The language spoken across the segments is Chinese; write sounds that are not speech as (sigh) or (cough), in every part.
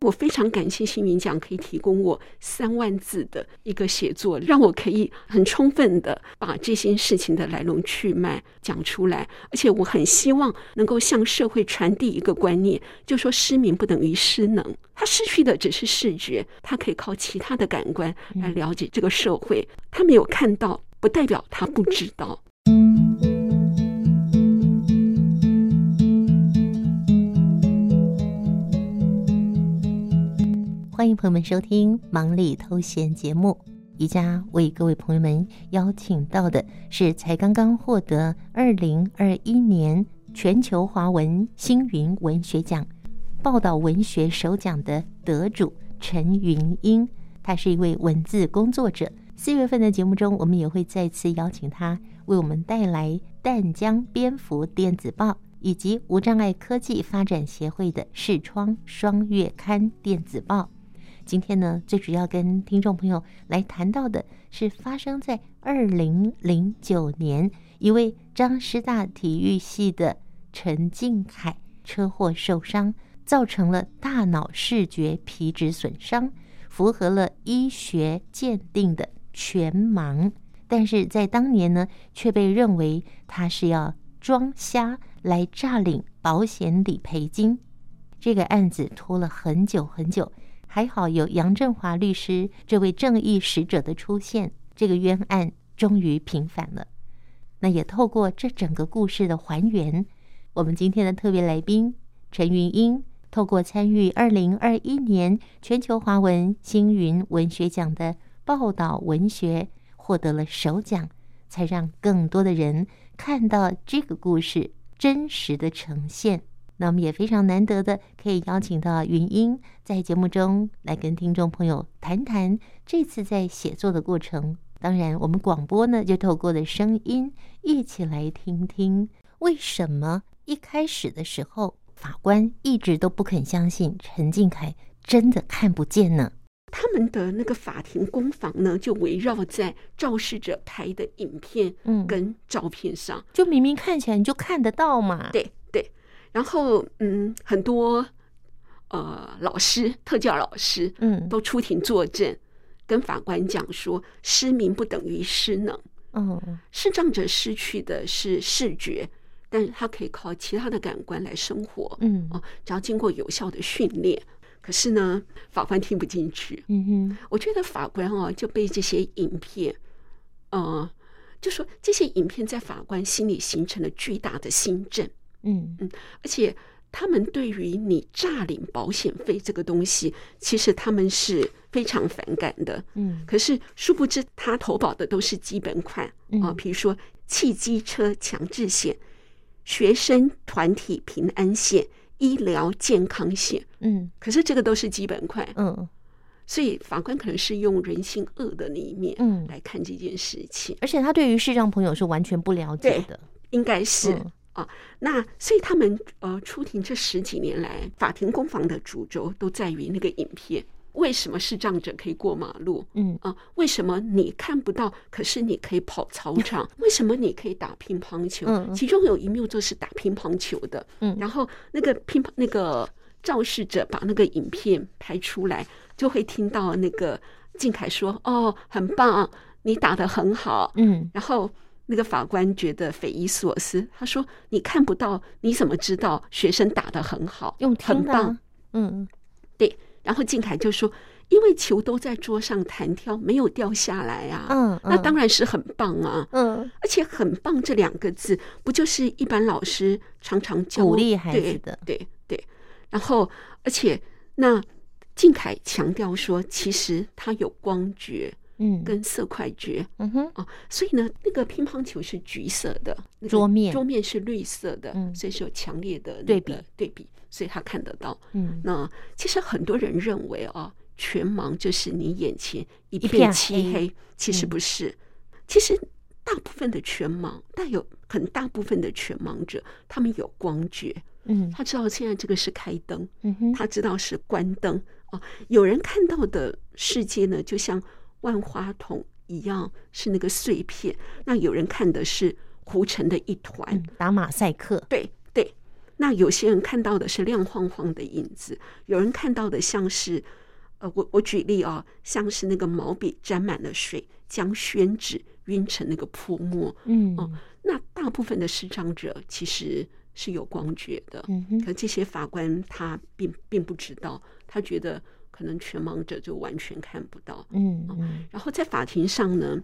我非常感谢新民奖可以提供我三万字的一个写作，让我可以很充分的把这些事情的来龙去脉讲出来。而且我很希望能够向社会传递一个观念，就说失明不等于失能，他失去的只是视觉，他可以靠其他的感官来了解这个社会。他没有看到，不代表他不知道。欢迎朋友们收听《忙里偷闲》节目。宜家为各位朋友们邀请到的是才刚刚获得二零二一年全球华文星云文学奖报道文学首奖的得主陈云英，他是一位文字工作者。四月份的节目中，我们也会再次邀请他为我们带来《淡江蝙蝠电子报》以及无障碍科技发展协会的视窗双月刊电子报。今天呢，最主要跟听众朋友来谈到的是发生在二零零九年，一位张师大体育系的陈敬凯车祸受伤，造成了大脑视觉皮质损伤，符合了医学鉴定的全盲。但是在当年呢，却被认为他是要装瞎来诈领保险理赔金。这个案子拖了很久很久，还好有杨振华律师这位正义使者的出现，这个冤案终于平反了。那也透过这整个故事的还原，我们今天的特别来宾陈云英，透过参与二零二一年全球华文星云文学奖的报道文学，获得了首奖，才让更多的人看到这个故事真实的呈现。那我们也非常难得的可以邀请到云英在节目中来跟听众朋友谈谈这次在写作的过程。当然，我们广播呢就透过的声音一起来听听，为什么一开始的时候法官一直都不肯相信陈敬凯真的看不见呢？他们的那个法庭攻防呢，就围绕在肇事者拍的影片嗯跟照片上。就明明看起来你就看得到嘛。对对，然后嗯，很多呃老师、特教老师嗯都出庭作证，跟法官讲说，失明不等于失能，嗯视障者失去的是视觉，但是他可以靠其他的感官来生活，嗯哦，只要经过有效的训练。可是呢，法官听不进去，嗯哼我觉得法官哦就被这些影片，呃，就说这些影片在法官心里形成了巨大的心震，嗯而且他们对于你诈领保险费这个东西，其实他们是非常反感的。嗯可是殊不知，他投保的都是基本款嗯啊，比如说汽机车强制险、学生团体平安险、医疗健康险。嗯可是这个都是基本款，嗯所以法官可能是用人性恶的那一面嗯，来看这件事情，而且他对于视障朋友是完全不了解对的。应该是。啊嗯那所以他们呃出庭这十几年来，法庭攻防的主轴都在于那个影片。为什么视障者可以过马路嗯啊、为什么你看不到，可是你可以跑操场？为什么你可以打乒乓球？嗯嗯其中有一幕就是打乒乓球的，嗯然后那个乒乓那个肇事者把那个影片拍出来，就会听到那个靖凯说：“哦，很棒，你打得很好。”嗯然后那个法官觉得匪夷所思，他说：“你看不到，你怎么知道学生打得很好，用很听的棒啊，嗯，？”然后靖凯就说：“因为球都在桌上弹跳，没有掉下来啊，嗯，那当然，然是很棒啊。嗯，而且‘很棒’这两个字，不就是一般老师常常教鼓励孩子的，对对对。然后，而且那靖凯强调说，其实他有光觉嗯跟色块觉，嗯哼，哦，所以呢，那个乒乓球是橘色的，那个桌面桌面是绿色的，嗯所以是有强烈的、对比对比，所以他看得到。嗯，那其实很多人认为啊、全盲就是你眼前一一片片漆黑其实嗯不是，其实大部分的全盲，但有很大部分的全盲者，他们有光觉，嗯他知道现在这个是开灯，嗯哼，他知道是关灯哦。有人看到的世界呢，就像万花筒一样是那个碎片；那有人看的是糊成的一团。嗯嗯，打马赛克，对对，那有些人看到的是亮晃晃的影子，有人看到的像是，呃，我我举例啊、像是那个毛笔沾满了水，将宣纸晕成那个泼墨。嗯哦那大部分的视障者其实是有光觉的，嗯哼可这些法官他并并不知道，他觉得可能全盲者就完全看不到。嗯嗯然后在法庭上呢，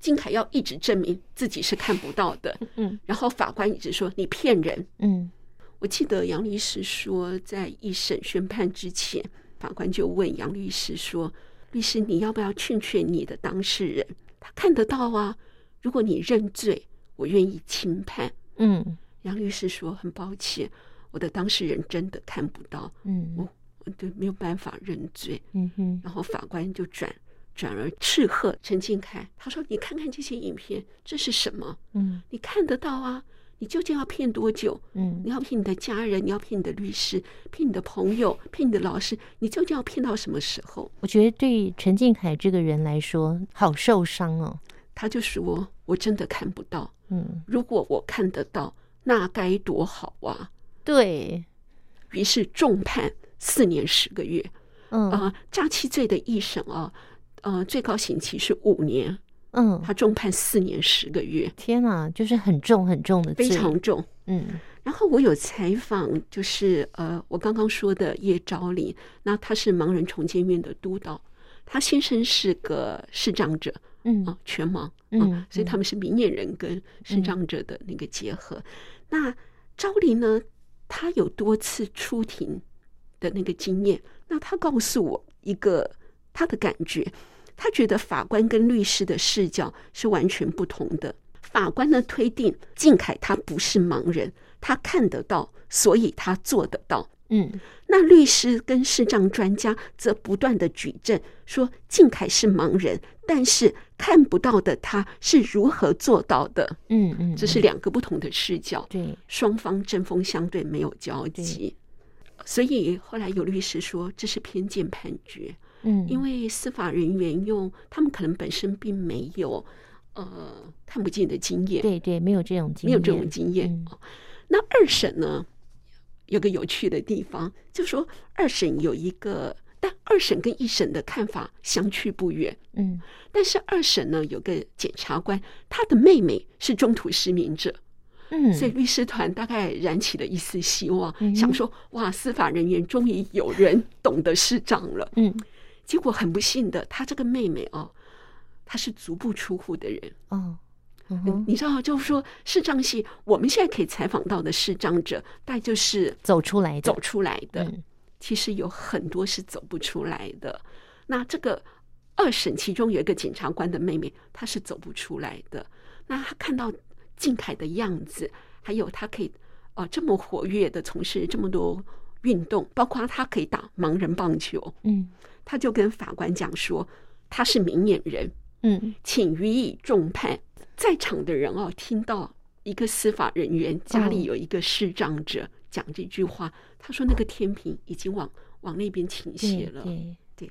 金凯要一直证明自己是看不到的，嗯然后法官一直说你骗人。嗯我记得杨律师说，在一审宣判之前，法官就问杨律师说：“律师，你要不要劝劝你的当事人？他看得到啊，如果你认罪，我愿意轻判。嗯”杨律师说：“很抱歉，我的当事人真的看不到，嗯我对没有办法认罪。”嗯哼然后法官就转转而斥喝陈静凯，他说：“你看看这些影片，这是什么？嗯你看得到啊？你究竟要骗多久？嗯你要骗你的家人，你要骗你的律师，骗你的朋友，骗你的老师，你究竟要骗到什么时候我觉得对陈静凯这个人来说，好受伤哦。？”他就说：“我真的看不到，嗯，如果我看得到，那该多好啊对，！”于是重判四年十个月。嗯啊，诈欺罪的一审啊，呃，最高刑期是五年，嗯，他重判四年十个月，天哪，就是很重很重的罪非，常啊重。嗯然后我有采访，就是呃，我刚刚说的叶昭林，那他是盲人重建院的督导，他先生是个视障者嗯啊、全盲啊、嗯所以他们是明眼人跟视障者的那个结合。那昭林呢，他有多次出庭的那个经验，那他告诉我一个他的感觉，他觉得法官跟律师的视角是完全不同的。法官呢推定靖凯他不是盲人，他看得到，所以他做得到。嗯那律师跟视障专家则不断的举证说，靖凯是盲人，但是看不到的他是如何做到的？嗯嗯，这是两个不同的视角，对，双方针锋相对，没有交集。所以后来有律师说，这是偏见判决。嗯，因为司法人员用他们可能本身并没有呃看不见的经验，对对，没有这种经没有验，这种经验。嗯哦那二审呢，有个有趣的地方，就说二审有一个，但二审跟一审的看法相去不远。嗯但是二审呢，有个检察官，他的妹妹是中途失明者，嗯，所以律师团大概燃起了一丝希望，嗯想说哇，司法人员终于有人懂得视障了。嗯结果很不幸的，她这个妹妹哦，她是足不出户的人。哦，嗯哼你知道，就是说视障系，我们现在可以采访到的视障者，大概就是走出来的，走出来的，嗯其实有很多是走不出来的。那这个二审其中有一个检察官的妹妹，她是走不出来的。那她看到静凯的样子，还有她可以呃这么活跃的从事这么多运动，包括她可以打盲人棒球，嗯他就跟法官讲说他是明眼人，嗯，请予以重判。在场的人哦，听到一个司法人员家里有一个视障者讲这句话，他说那个天平已经往往那边倾斜对了。对，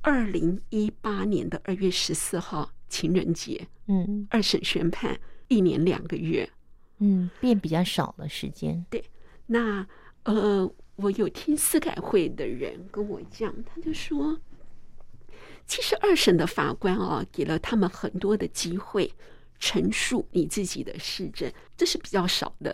二零一八年的二月十四号情人节，嗯二审宣判一年两个月。嗯，变比较少了时间，那呃，我有听司改会的人跟我讲，他就说，其实二审的法官哦，给了他们很多的机会陈述你自己的事证，这是比较少的。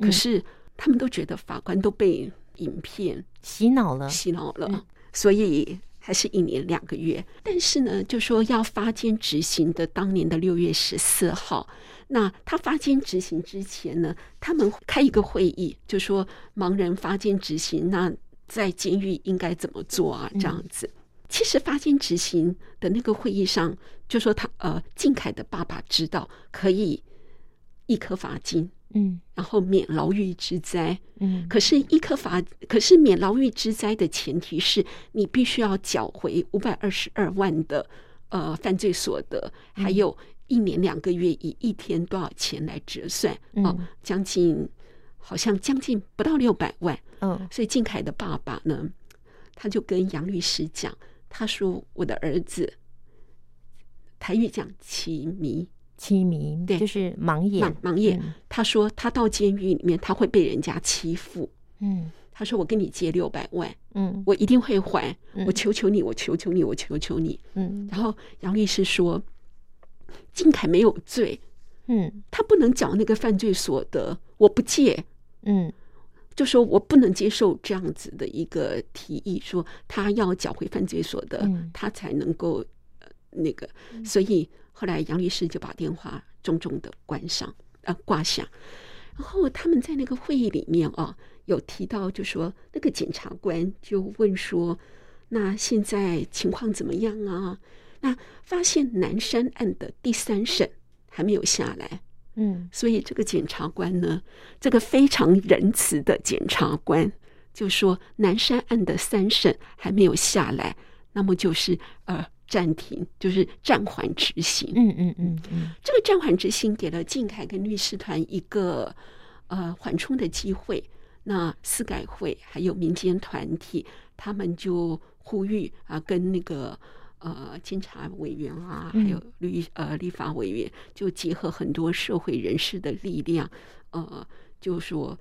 可嗯是他们都觉得法官都被影片洗脑了，洗脑了，嗯所以还是一年两个月。但是呢，就说要发监执行的当年的六月十四号，那他发监执行之前呢，他们开一个会议，就说盲人发监执行，那在监狱应该怎么做啊？这样子。其实发监执行的那个会议上，就说他呃，靖凯的爸爸知道可以一颗罚金，嗯然后免牢狱之灾，嗯可是，一颗罚，可是免牢狱之灾的前提是你必须要缴回五百二十二万的呃犯罪所得，还嗯有一年两个月以一天多少钱来折算哦嗯，将近好像将近不到六百万。嗯所以靖凯的爸爸呢，他就跟杨律师讲，他说我的儿子台语讲起迷，凄迷，对就是盲嗯眼盲，盲眼。他说他到监狱里面，他会被人家欺负。嗯他说我跟你借六百万，嗯我一定会还嗯，我求求你，我求求你，我求求你。嗯然后杨律师说，金凯没有罪，嗯他不能缴那个犯罪所得，我不借。嗯就说我不能接受这样子的一个提议，说他要缴回犯罪所得，嗯他才能够、呃、那个。所以后来杨律师就把电话重重的关上，呃，挂下。然后他们在那个会议里面啊，有提到就说那个检察官就问说，那现在情况怎么样啊？那发现南山案的第三审还没有下来，嗯所以这个检察官呢，这个非常仁慈的检察官就说，南山案的三审还没有下来，那么就是呃暂停，就是暂缓执行。嗯嗯嗯嗯这个暂缓执行给了靖凯跟律师团一个呃缓冲的机会。那司改会还有民间团体，他们就呼吁啊，跟那个呃监察委员啊，还嗯有律呃立法委员，就结合很多社会人士的力量，呃，就说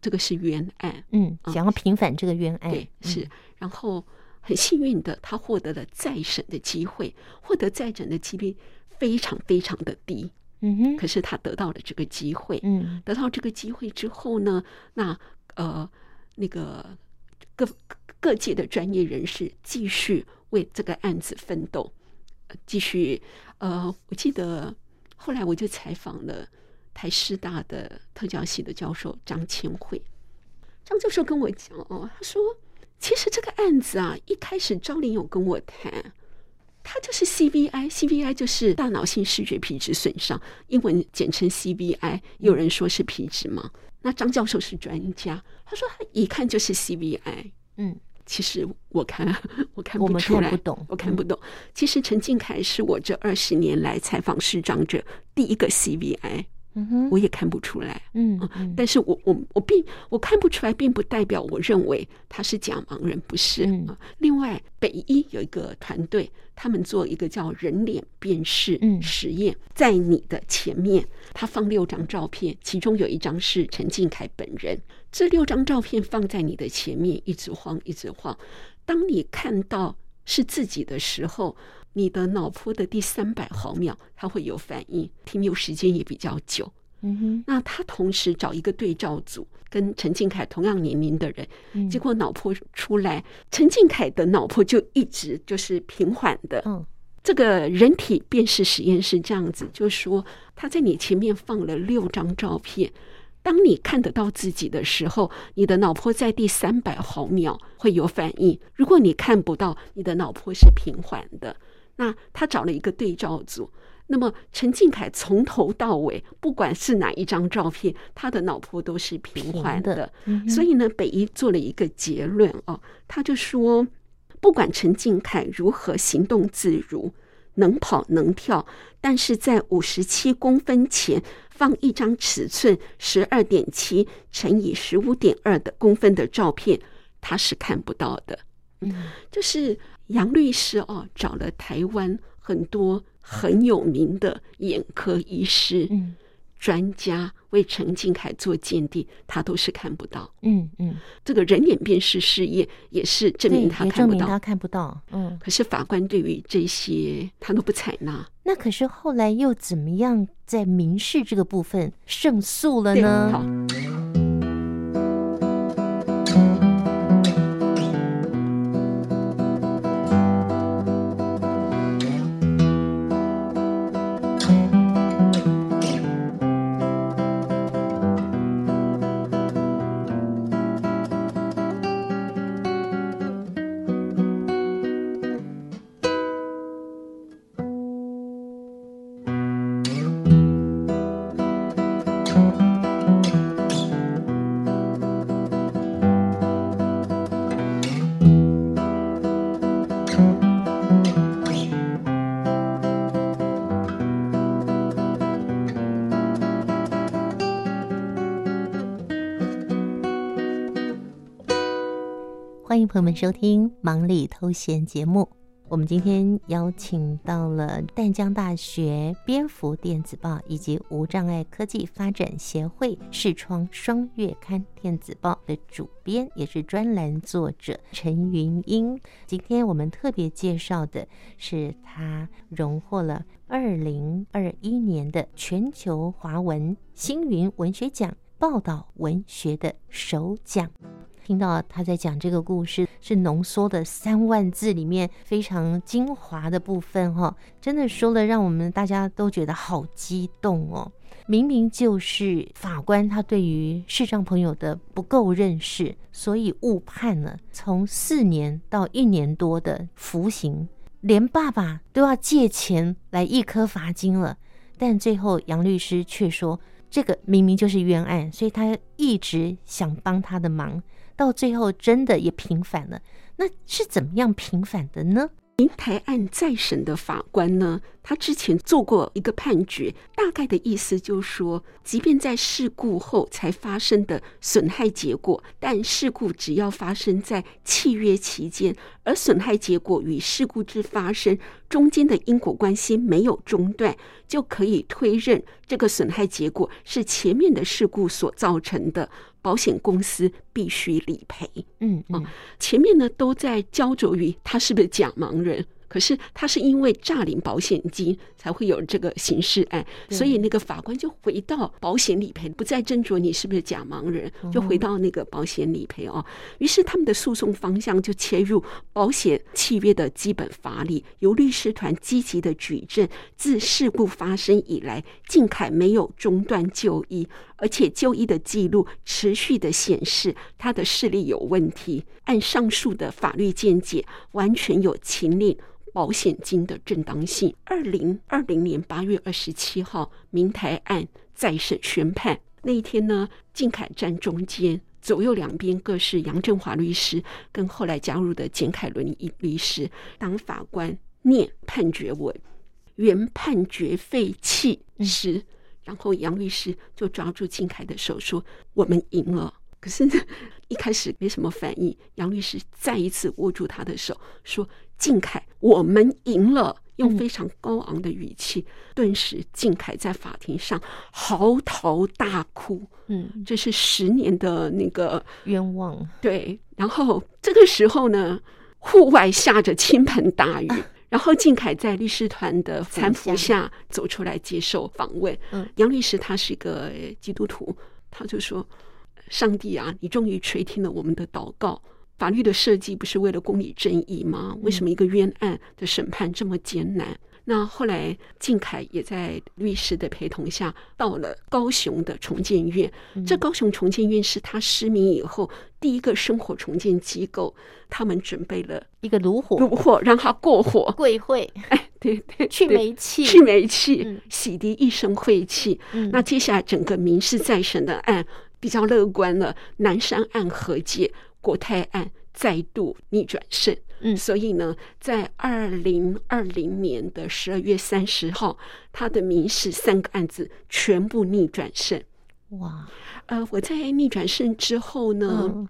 这个是冤案，嗯，啊想要平反这个冤案，对，嗯是。然后很幸运的，他获得了再审的机会，获得再审的几率非常非常的低。嗯哼，可是他得到了这个机会，嗯得到这个机会之后呢，那呃，那个各各界的专业人士继续为这个案子奋斗，呃继续呃，我记得后来我就采访了台师大的特教系的教授张千惠，张教授跟我讲哦，他说其实这个案子啊，一开始赵林有跟我谈。它就是 CVI，CVI 就是大脑性视觉皮质损伤，英文简称嗯 CVI，有人说是皮质盲。那张教授是专家，他说他一看就是 CVI。嗯，其实我看 (laughs) 我看我不们出看来不，懂，嗯我看不懂。其实陈敬凯是我这二十年来采访视障者第一个 CVI，嗯，嗯哼，我也看不出来。嗯嗯但是我我我并我看不出来，并不代表我认为他是假盲人，不是、嗯啊。另外，北医有一个团队，他们做一个叫人脸辨识嗯实验，在你的前面，他放六张照片，其中有一张是陈敬凯本人，这六张照片放在你的前面，一直晃，一直晃。当你看到是自己的时候，你的脑波的第三百毫秒，它会有反应，停留时间也比较久。嗯哼那他同时找一个对照组，跟陈敬凯同样年龄的人，嗯，结果脑波出来，陈敬凯的脑波就一直就是平缓的。嗯这个人体辨识实验是这样子，就是说他在你前面放了六张照片，当你看得到自己的时候，你的脑波在第三百毫秒会有反应；如果你看不到，你的脑波是平缓的。那他找了一个对照组，那么陈敬凯从头到尾，不管是哪一张照片，他的脑波都是平缓平的嗯哼所以呢，北医做了一个结论哦，他就说，不管陈敬凯如何行动自如，能跑能跳，但是在五十七公分前放一张尺寸十二点七乘以十五点二的公分的照片，他是看不到的。嗯就是杨律师哦，找了台湾很多很有名的眼科医师、嗯专家为陈敬凯做鉴定，他都是看不到。嗯嗯，这个人脸辨识试验也是证对，明他也看证不明到他。看不到，嗯，可是法官对于这些他都不采纳，那可是后来又怎么样在民事这个部分胜诉了对，嗯呢？好，欢迎朋友们收听《忙里偷闲》节目，我们今天邀请到了淡江大学蝙蝠电子报以及无障碍科技发展协会视窗双月刊电子报的主编，也是专栏作者陈云英。今天我们特别介绍的是他荣获了二零二一年的全球华文星云文学奖报道文学的首奖。听到他在讲这个故事，是浓缩的三万字里面非常精华的部分哈、真的说的让我们大家都觉得好激动哦。明明就是法官他对于视障朋友的不够认识，所以误判了从四年到一年多的服刑，连爸爸都要借钱来一颗罚金了。但最后杨律师却说，这个明明就是冤案，所以他一直想帮他的忙，到最后真的也平反了。那是怎么样平反的呢？明台案再审的法官呢，他之前做过一个判决，大概的意思就是说，即便在事故后才发生的损害结果，但事故只要发生在契约期间，而损害结果与事故之发生中间的因果关系没有中断，就可以推认这个损害结果是前面的事故所造成的，保险公司必须理赔。嗯哦嗯前面呢都在焦灼于他是不是假盲人，可是他是因为诈领保险金才会有这个刑事案，对所以那个法官就回到保险理赔，不再斟酌你是不是假盲人，就回到那个保险理赔哦。于是他们的诉讼方向就切入保险契约的基本法理，由律师团积极的举证，自事故发生以来，靖凯没有中断就医，而且就医的记录持续的显示他的视力有问题。按上述的法律见解，完全有秦令。保险金的正当性。二零二零年八月二十七号，明台案再审宣判那一天呢，靖凯站中间，左右两边各是杨振华律师跟后来加入的简凯伦一律师。当法官念判决文，原判决废弃时，然后杨律师就抓住靖凯的手说：“我们赢了。”可是呢，一开始没什么反应，杨律师再一次握住他的手，说：“靖凯，我们赢了。”用嗯非常高昂的语气，顿时靖凯在法庭上嚎啕大哭。嗯，这是十年的那个冤枉，对，然后这个时候呢，户外下着倾盆大雨，然后靖凯在律师团的搀扶下走出来接受访问。嗯杨律师他是个基督徒，他就说：“上帝啊，你终于垂听了我们的祷告。”法律的设计不是为了公理正义吗？为什么一个冤案的审判这么艰难？那后来，靖凯也在律师的陪同下，到了高雄的重建院，嗯这高雄重建院是他失明以后第一个生活重建机构，他们准备了一个炉火炉火让他过 (laughs) 火，贵会对对，去对煤气，去煤气嗯，洗涤一身晦气。嗯那接下来整个民事再审的案比较乐观了，南山案和解，国泰案再度逆转胜。嗯所以呢，在二零二零年的十二月三十号，他的民事三个案子全部逆转胜。哇，呃，我在逆转胜之后呢，嗯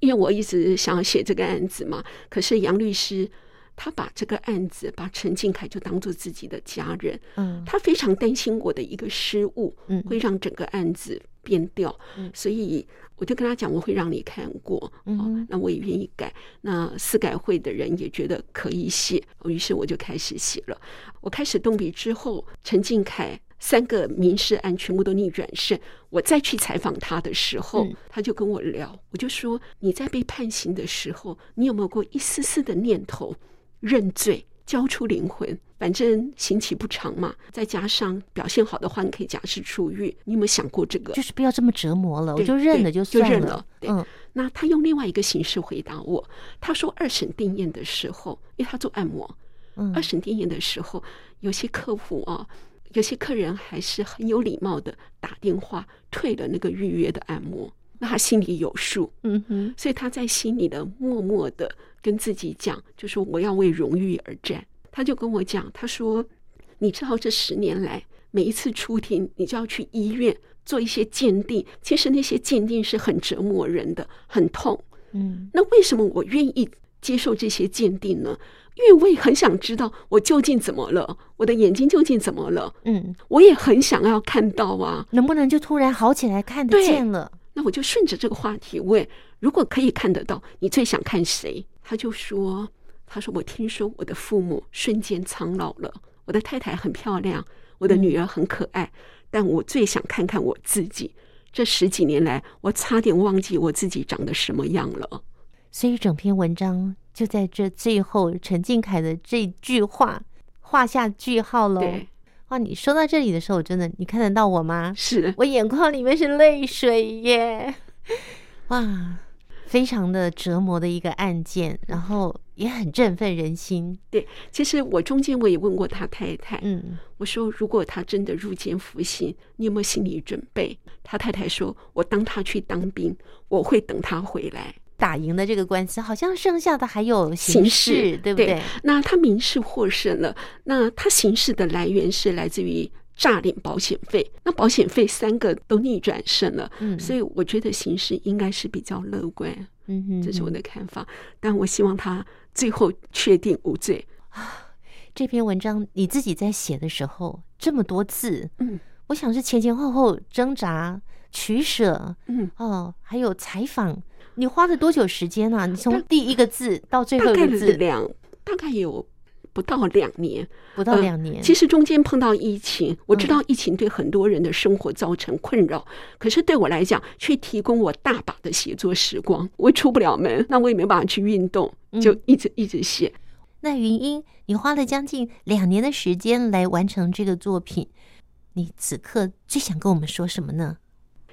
因为我一直想要写这个案子嘛，可是杨律师他把这个案子，把陈靖凯就当做自己的家人，嗯他非常担心我的一个失误嗯会让整个案子变调，嗯所以我就跟他讲，我会让你看过，嗯哦哼那我也愿意改。那司改会的人也觉得可以写，于是我就开始写了。我开始动笔之后，陈靖凯三个民事案全部都逆转胜。我再去采访他的时候，嗯他就跟我聊，我就说你在被判刑的时候，你有没有过一丝丝的念头认罪？交出灵魂，反正刑期不长嘛，再加上表现好的话，你可以假释出狱。你有没有想过这个？就是不要这么折磨了，我对就认了对就算认了了，对嗯那他用另外一个形式回答我，他说二审定验的时候，因为他做按摩，嗯二审定验的时候，有些客户啊，有些客人还是很有礼貌的打电话退了那个预约的按摩，那他心里有数，嗯哼，所以他在心里的默默的跟自己讲，就说我要为荣誉而战。他就跟我讲，他说，你知道这十年来每一次出庭，你就要去医院做一些鉴定，其实那些鉴定是很折磨人的，很痛。嗯那为什么我愿意接受这些鉴定呢？因为我也很想知道我究竟怎么了，我的眼睛究竟怎么了，嗯，我也很想要看到啊。能不能就突然好起来，看得对见了？那我就顺着这个话题问：如果可以看得到，你最想看谁？他就说：“他说我听说我的父母瞬间苍老了，我的太太很漂亮，我的女儿很可爱，但我最想看看我自己。这十几年来，我差点忘记我自己长得什么样了。所以整篇文章就在这最后，陈静凯的这句话画下句号喽。对，哇，你说到这里的时候，我真的，你看得到我吗？是，我眼眶里面是泪水耶！哇，非常的折磨的一个案件，然后也很振奋人心。对。其实我中间我也问过他太太，嗯，我说：“如果他真的入监服刑，你有没有心理准备？”他太太说：“我当他去当兵，我会等他回来。打赢的这个官司，好像剩下的还有刑刑事事，对不对？那他民事获胜了，那他刑事的来源是来自于诈领保险费。那保险费三个都逆转胜了，嗯，所以我觉得刑事应该是比较乐观，嗯哼，这是我嗯的看法。但我希望他最后确定无罪。这篇文章你自己在写的时候，这么多字，嗯我想是前前后后挣扎、取舍嗯，哦，还有采访，你花了多久时间啊？你从大第一个字到最后大一概个字，两大概有不到两年。不到呃两年。其实中间碰到疫情，我知道疫情对很多人的生活造成困扰，可是对我来讲，却提供我大把的写作时光。我出不了门，那我也没办法去运动，就一直一直写。那云英，你花了将近两年的时间来完成这个作品，你此刻最想跟我们说什么呢？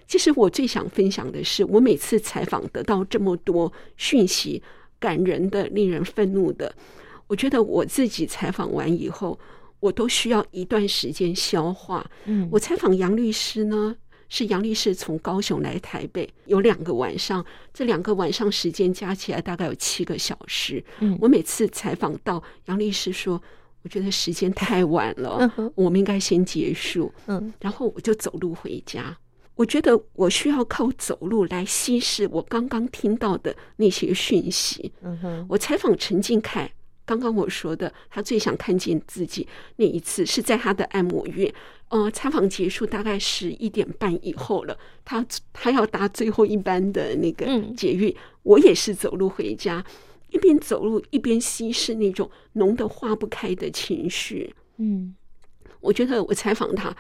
其实我最想分享的是，我每次采访得到这么多讯息，感人的、令人愤怒的，我觉得我自己采访完以后，我都需要一段时间消化。嗯我采访杨律师呢，是杨律师从高雄来台北，有两个晚上，这两个晚上时间加起来大概有七个小时。嗯我每次采访到杨律师说，我觉得时间太晚嗯了，(laughs) 哼我们应该先结束。嗯然后我就走路回家。我觉得我需要靠走路来稀释我刚刚听到的那些讯息。嗯哼我采访陈静凯，刚刚我说的，他最想看见自己那一次是在他的按摩院。呃，采访结束大概十一点半以后了，他他要搭最后一班的那个嗯捷运，我也是走路回家，一边走路一边稀释那种浓得化不开的情绪。嗯，我觉得我采访他，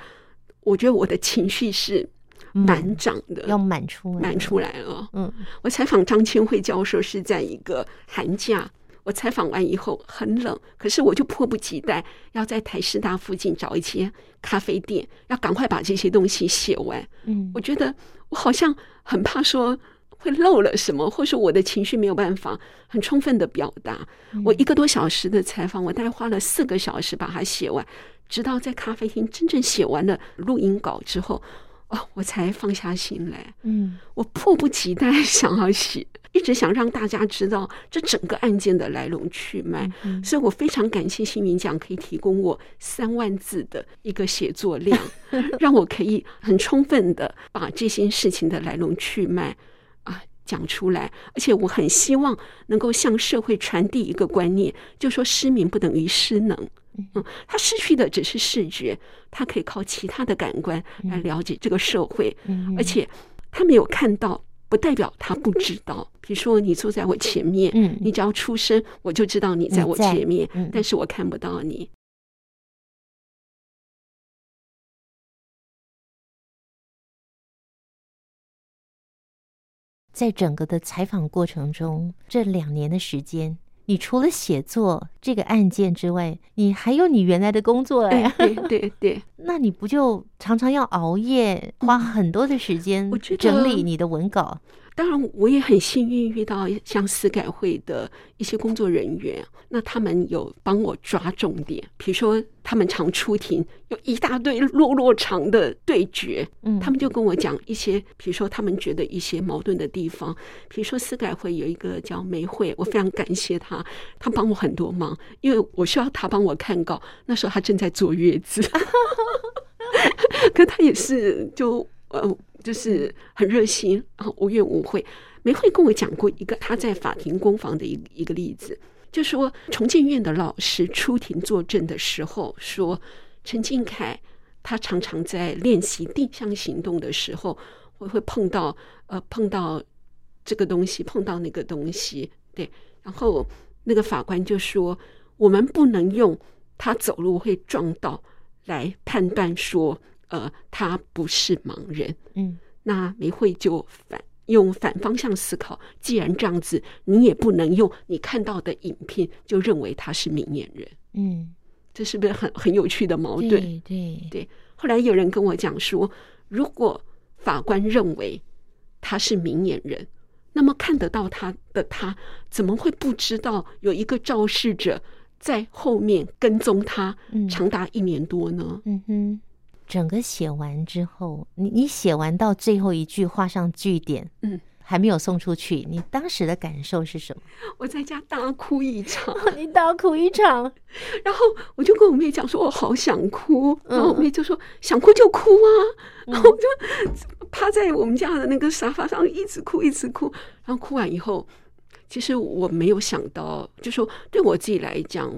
我觉得我的情绪是满涨的，嗯要满出来，满出来了。嗯我采访张千惠教授是在一个寒假，我采访完以后很冷，可是我就迫不及待要在台师大附近找一间咖啡店，要赶快把这些东西写完。嗯我觉得我好像很怕说会漏了什么，或是我的情绪没有办法很充分的表达。我一个多小时的采访，我大概花了四个小时把它写完，直到在咖啡厅真正写完了录音稿之后，哦，我才放下心来。嗯我迫不及待想要写，一直想让大家知道这整个案件的来龙去脉。嗯所以我非常感谢新民奖可以提供我三万字的一个写作量，让我可以很充分的把这些事情的来龙去脉啊讲出来。而且我很希望能够向社会传递一个观念，就说失明不等于失能。嗯，他失去的只是视觉，他可以靠其他的感官来了解这个社会。哎嗯而且他没有看到，不代表他不知道。比如说，你坐在我前面，嗯你只要出声，我就知道你在我你在前面，嗯但是我看不到你。在整个的采访过程中，这两年的时间，你除了写作这个案件之外，你还有你原来的工作哎，对对对，那你不就常常要熬夜，花很多的时间嗯我觉得整理你的文稿？当然我也很幸运遇到像司改会的一些工作人员，那他们有帮我抓重点，比如说他们常出庭，有一大堆落落长的对决，嗯，他们就跟我讲一些， (laughs) 比如说他们觉得一些矛盾的地方，比如说司改会有一个叫梅慧，我非常感谢她，她帮我很多忙，因为我需要她帮我看稿，那时候她正在坐月子， (laughs) 可她也是就呃就是很热心啊，无怨无悔。梅慧跟我讲过一个她在法庭攻防的一个一个例子，就说重建院的老师出庭作证的时候说，陈敬凯他常常在练习定向行动的时候，会会碰到呃碰到这个东西，碰到那个东西，对，然后那个法官就说，我们不能用他走路会撞到来判断说，呃，他不是盲人。嗯那梅慧就反用反方向思考，既然这样子，你也不能用你看到的影片就认为他是明眼人，嗯，这是不是很很有趣的矛盾？对对哦对后来有人跟我讲说，如果法官认为他是明眼人，那么看得到他的他，怎么会不知道有一个肇事者在后面跟踪他嗯长达一年多呢？嗯哼，整个写完之后，你你写完到最后一句画上句点，嗯，还没有送出去，你当时的感受 (laughs) 是什么？我在家大哭一场。你大哭一场，然后我就跟我妹讲说，我哦好想哭，嗯然后我妹就说想哭就哭啊，(laughs) 嗯然后我就趴在我们家的那个沙发上一直哭一直哭，然后哭完以后，其实我没有想到，就说对我自己来讲，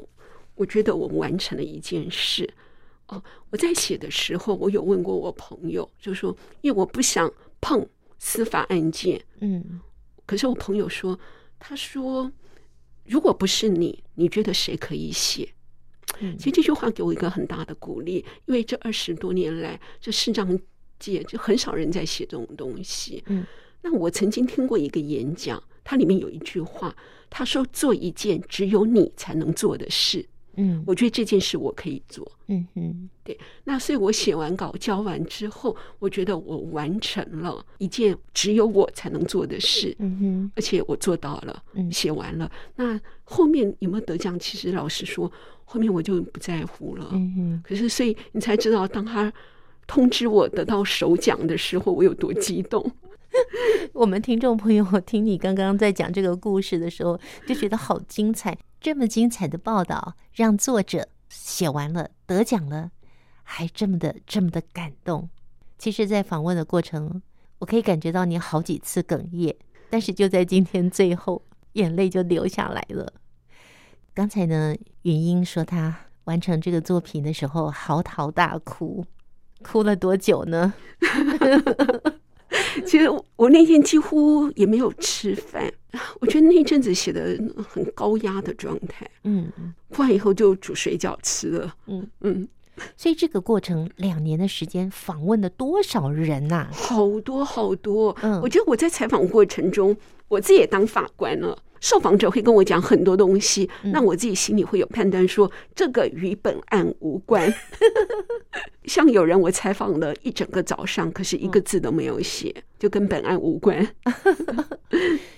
我觉得我们完成了一件事。哦，我在写的时候，我有问过我朋友，就说因为我不想碰司法案件，嗯可是我朋友说，他说如果不是你，你觉得谁可以写？嗯其实这句话给我一个很大的鼓励，因为这二十多年来，这视障界就很少人在写这种东西。嗯，那我曾经听过一个演讲，它里面有一句话，他说：“做一件只有你才能做的事。”嗯我觉得这件事我可以做。嗯哼，那所以，我写完稿、交完之后，我觉得我完成了一件只有我才能做的事，嗯哼，而且我做到了。嗯写完了，那后面有没有得奖？其实老实说，后面我就不在乎了。嗯哼，可是，所以你才知道，当他通知我得到首奖的时候，我有多激动。我们听众朋友听你刚刚在讲这个故事的时候，就觉得好精彩，这么精彩的报道，让作者写完了得奖了，还这么的这么的感动。其实，在访问的过程，我可以感觉到你好几次哽咽，但是就在今天最后，眼泪就流下来了。刚才呢，云英说她完成这个作品的时候嚎啕大哭，哭了多久呢？其实我那天几乎也没有吃饭，我觉得那一阵子写的很高压的状态。嗯。哭完以后就煮水饺吃了。嗯嗯，所以这个过程两年的时间，访问了多少人呐、好多好多。嗯我觉得我在采访过程中，我自己也当法官了。受访者会跟我讲很多东西，嗯那我自己心里会有判断说，这个与本案无关。 (laughs) 像有人我采访了一整个早上，可是一个字都没有写，就跟本案无关。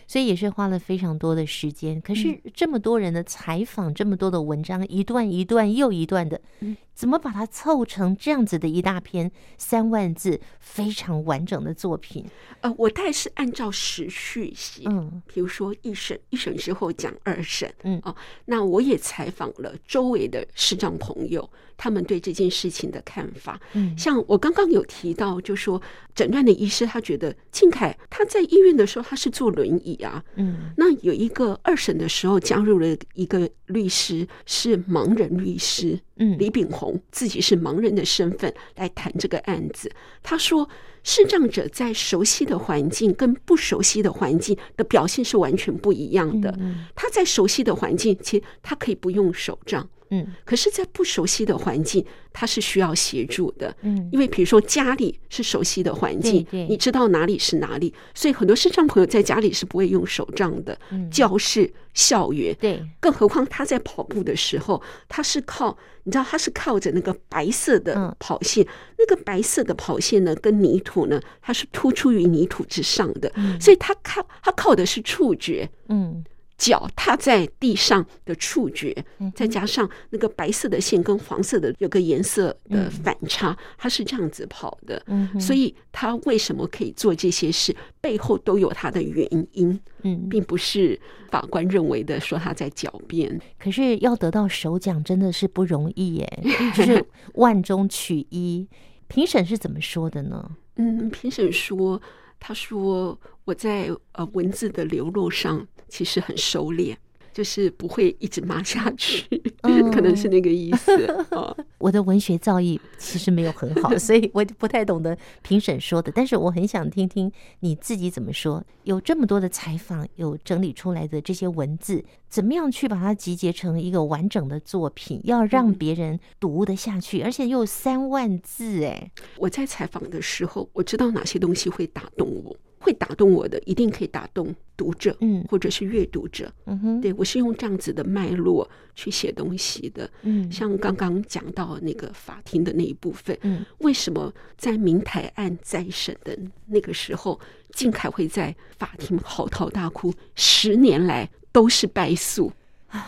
所以也是花了非常多的时间。可是嗯这么多人的采访，这么多的文章，一段一段又一段的，嗯怎么把它凑成这样子的一大篇三万字非常完整的作品？呃，我大概是按照时序写，嗯比如说一审，一审之后讲二审，嗯哦，那我也采访了周围的视障朋友，他们对这件事情的看法。嗯像我刚刚有提到，就说诊断的医师他觉得庆凯他在医院的时候他是坐轮椅啊，嗯那有一个二审的时候加入了一个律师是盲人律师，嗯李炳宏自己是盲人的身份来谈这个案子。他说，视障者在熟悉的环境跟不熟悉的环境的表现是完全不一样的。嗯他在熟悉的环境，其实他可以不用手杖，嗯可是，在不熟悉的环境，他是需要协助的。嗯因为比如说家里是熟悉的环境，对对你知道哪里是哪里，所以很多视障朋友在家里是不会用手杖的。嗯教室、校园，对，更何况他在跑步的时候，他是靠你知道他是靠着那个白色嗯的跑线，那个白色的跑线呢跟泥土呢，它是突出于泥土之上的，嗯所以他靠他靠的是触觉。嗯脚踏在地上的触觉嗯哼，再加上那个白色的线跟黄色的有个颜色的反差，它是这样子跑的。嗯哼，所以他为什么可以做这些事，背后都有他的原因，嗯，并不是法官认为的说他在狡辩。可是要得到首奖真的是不容易耶， (laughs) 就是万中取一。评审是怎么说的呢？嗯，评审说他说我在呃文字的流露上其实很收敛，就是不会一直骂下去，嗯 (laughs) 可能是那个意思。哦、我的文学造诣其实没有很 (laughs) 好，所以我不太懂得评审说的。但是我很想听听你自己怎么说。有这么多的采访，有整理出来的这些文字，怎么样去把它集结成一个完整的作品，要让别人读得下去，而且又有三万字，哎，我在采访的时候，我知道哪些东西会打动我，会打动我的一定可以打动读者，嗯或者是阅读者。嗯哼，对我是用这样子的脉络去写东西的。嗯像刚刚讲到那个法庭的那一部分，嗯为什么在明台案再审的那个时候，靖凯会在法庭嚎啕大哭？十年来都是败诉。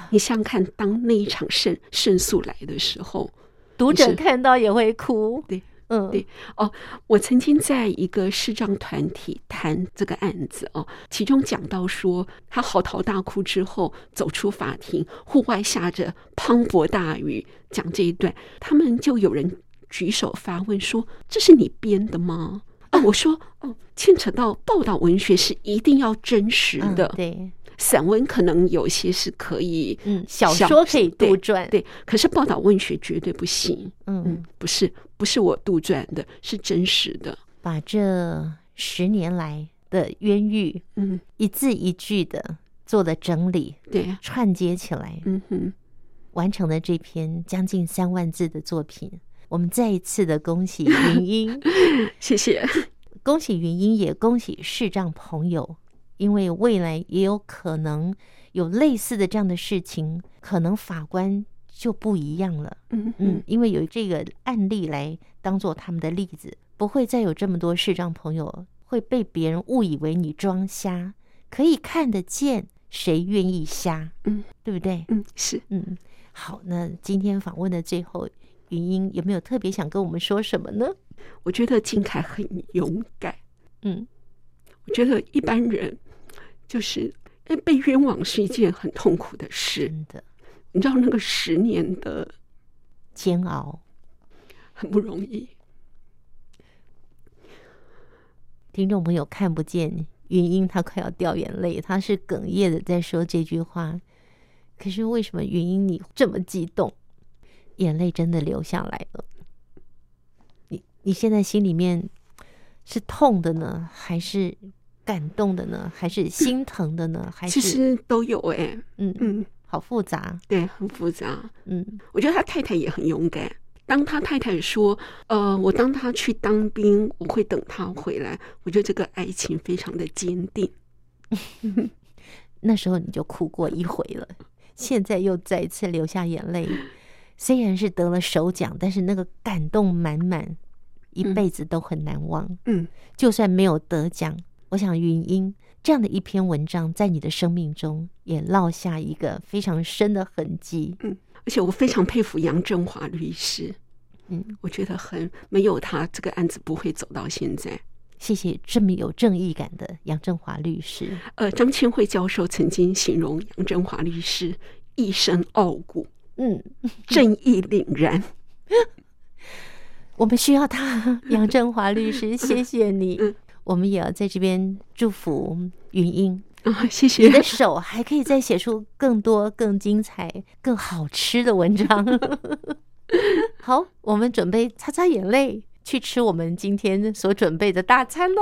你想想看，当那一场胜胜诉来的时候，读你者是看到也会哭，对，嗯，对我曾经在一个视障团体谈这个案子哦，其中讲到说，他嚎啕大哭之后走出法庭，户外下着磅礴大雨，讲这一段，他们就有人举手发问说：“这是你编的吗？”啊，我说哦，牵扯到报道文学是一定要真实嗯的，对，散文可能有些是可以，嗯，小说可以杜撰，，对，可是报道文学绝对不行。嗯嗯，，不是，不是我杜撰的，是真实的。把这十年来的冤狱嗯，一字一句的做了整理，对，串接起来，嗯哼，完成了这篇将近三万字的作品。我们再一次的恭喜云英， (laughs) 谢谢。恭喜云英，也恭喜视障朋友，因为未来也有可能有类似的这样的事情，可能法官就不一样了。嗯嗯嗯，，因为有这个案例来当做他们的例子，不会再有这么多视障朋友会被别人误以为你装瞎，可以看得见，谁愿意瞎？嗯，对不对？嗯，是。嗯，好，那今天访问的最后，云英有没有特别想跟我们说什么呢？我觉得靖凯很勇敢。嗯我觉得一般人就是，哎，被冤枉是一件很痛苦的事。真的你知道那个十年的煎熬，很不容易。听众朋友看不见云英，她快要掉眼泪，她是哽咽的在说这句话。可是为什么云英你这么激动，眼泪真的流下来了？你你现在心里面是痛的呢，还是感动的呢，还是心疼的呢？还其是实都有哎、嗯，嗯，好复杂，对，很复杂。嗯我觉得他太太也很勇敢。当他太太说：“呃，我当他去当兵，我会等他回来。”我觉得这个爱情非常的坚定。那时候你就哭过一回了，现在又再一次流下眼泪。虽然是得了首奖，但是那个感动满满，一嗯辈子都很难忘。嗯，就算没有得奖，我想云英这样的一篇文章，在你的生命中也落下一个非常深的痕迹。而且我非常佩服杨振华律师。嗯，我觉得很没有他，这个案子不会走到现在。谢谢这么有正义感的杨振华律师。呃，张千惠教授曾经形容杨振华律师一身傲骨，嗯，正义凛然。我们需要他，杨振华律师，谢谢你。嗯我们也要在这边祝福云英，啊、谢你的谢，手还可以再写出更多、更精彩、更好吃的文章。好，我们准备擦擦眼泪，去吃我们今天所准备的大餐喽。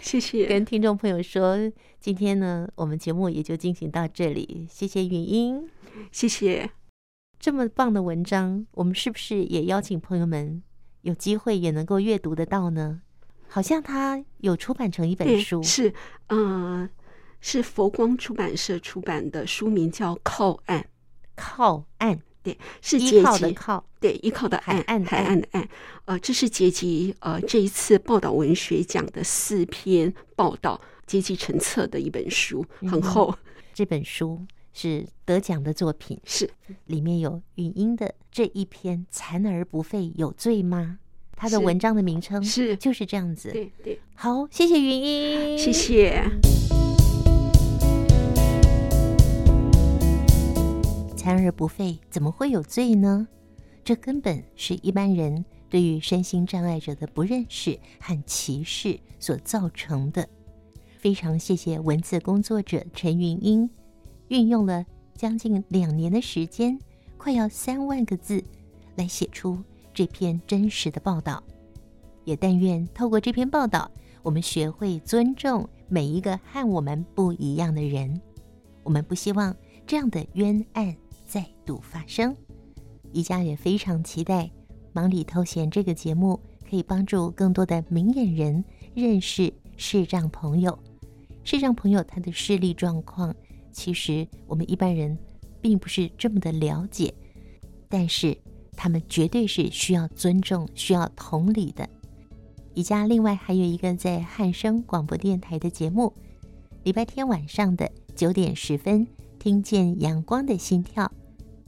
谢谢，跟听众朋友说，今天呢，我们节目也就进行到这里，谢谢云英。谢谢。这么棒的文章，我们是不是也邀请朋友们有机会也能够阅读得到呢？好像它有出版成一本对，书，哎嗯是，呃，是佛光出版社出版的，书名叫《靠岸》，靠岸对，是依结靠的集靠，对，依靠的海岸，岸的海岸岸的岸，呃，这是结集呃这一次报道文学奖的四篇报道结集成册的一本书，很嗯厚，这本书是得奖的作品，是里面有云英的这一篇《残而不废有罪吗》，他的是文章的名称是就是这样子。对对，好，谢谢云英，谢谢。残残而不废，怎么会有罪呢？这根本是一般人对于身心障碍者的不认识和歧视所造成的。非常谢谢文字工作者陈云英，运用了将近两年的时间，快要三万个字，来写出这篇真实的报道。也但愿透过这篇报道，我们学会尊重每一个和我们不一样的人。我们不希望这样的冤案再度发生。宜家也非常期待《忙里偷闲》这个节目可以帮助更多的明眼人认识视障朋友。视障朋友他的视力状况，其实我们一般人并不是这么的了解，但是他们绝对是需要尊重、需要同理的。宜家另外还有一个在汉声广播电台的节目，礼拜天晚上的九点十分，听见阳光的心跳。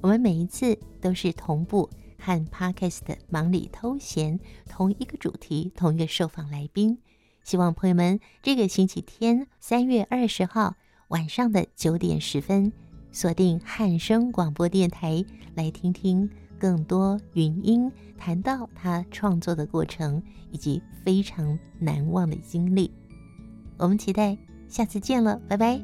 我们每一次都是同步和 Podcast 的忙里偷闲同一个主题、同一个受访来宾。希望朋友们这个星期天三月二十号晚上的九点十分，锁定汉声广播电台来听听更多云英谈到他创作的过程以及非常难忘的经历。我们期待下次见了，拜拜。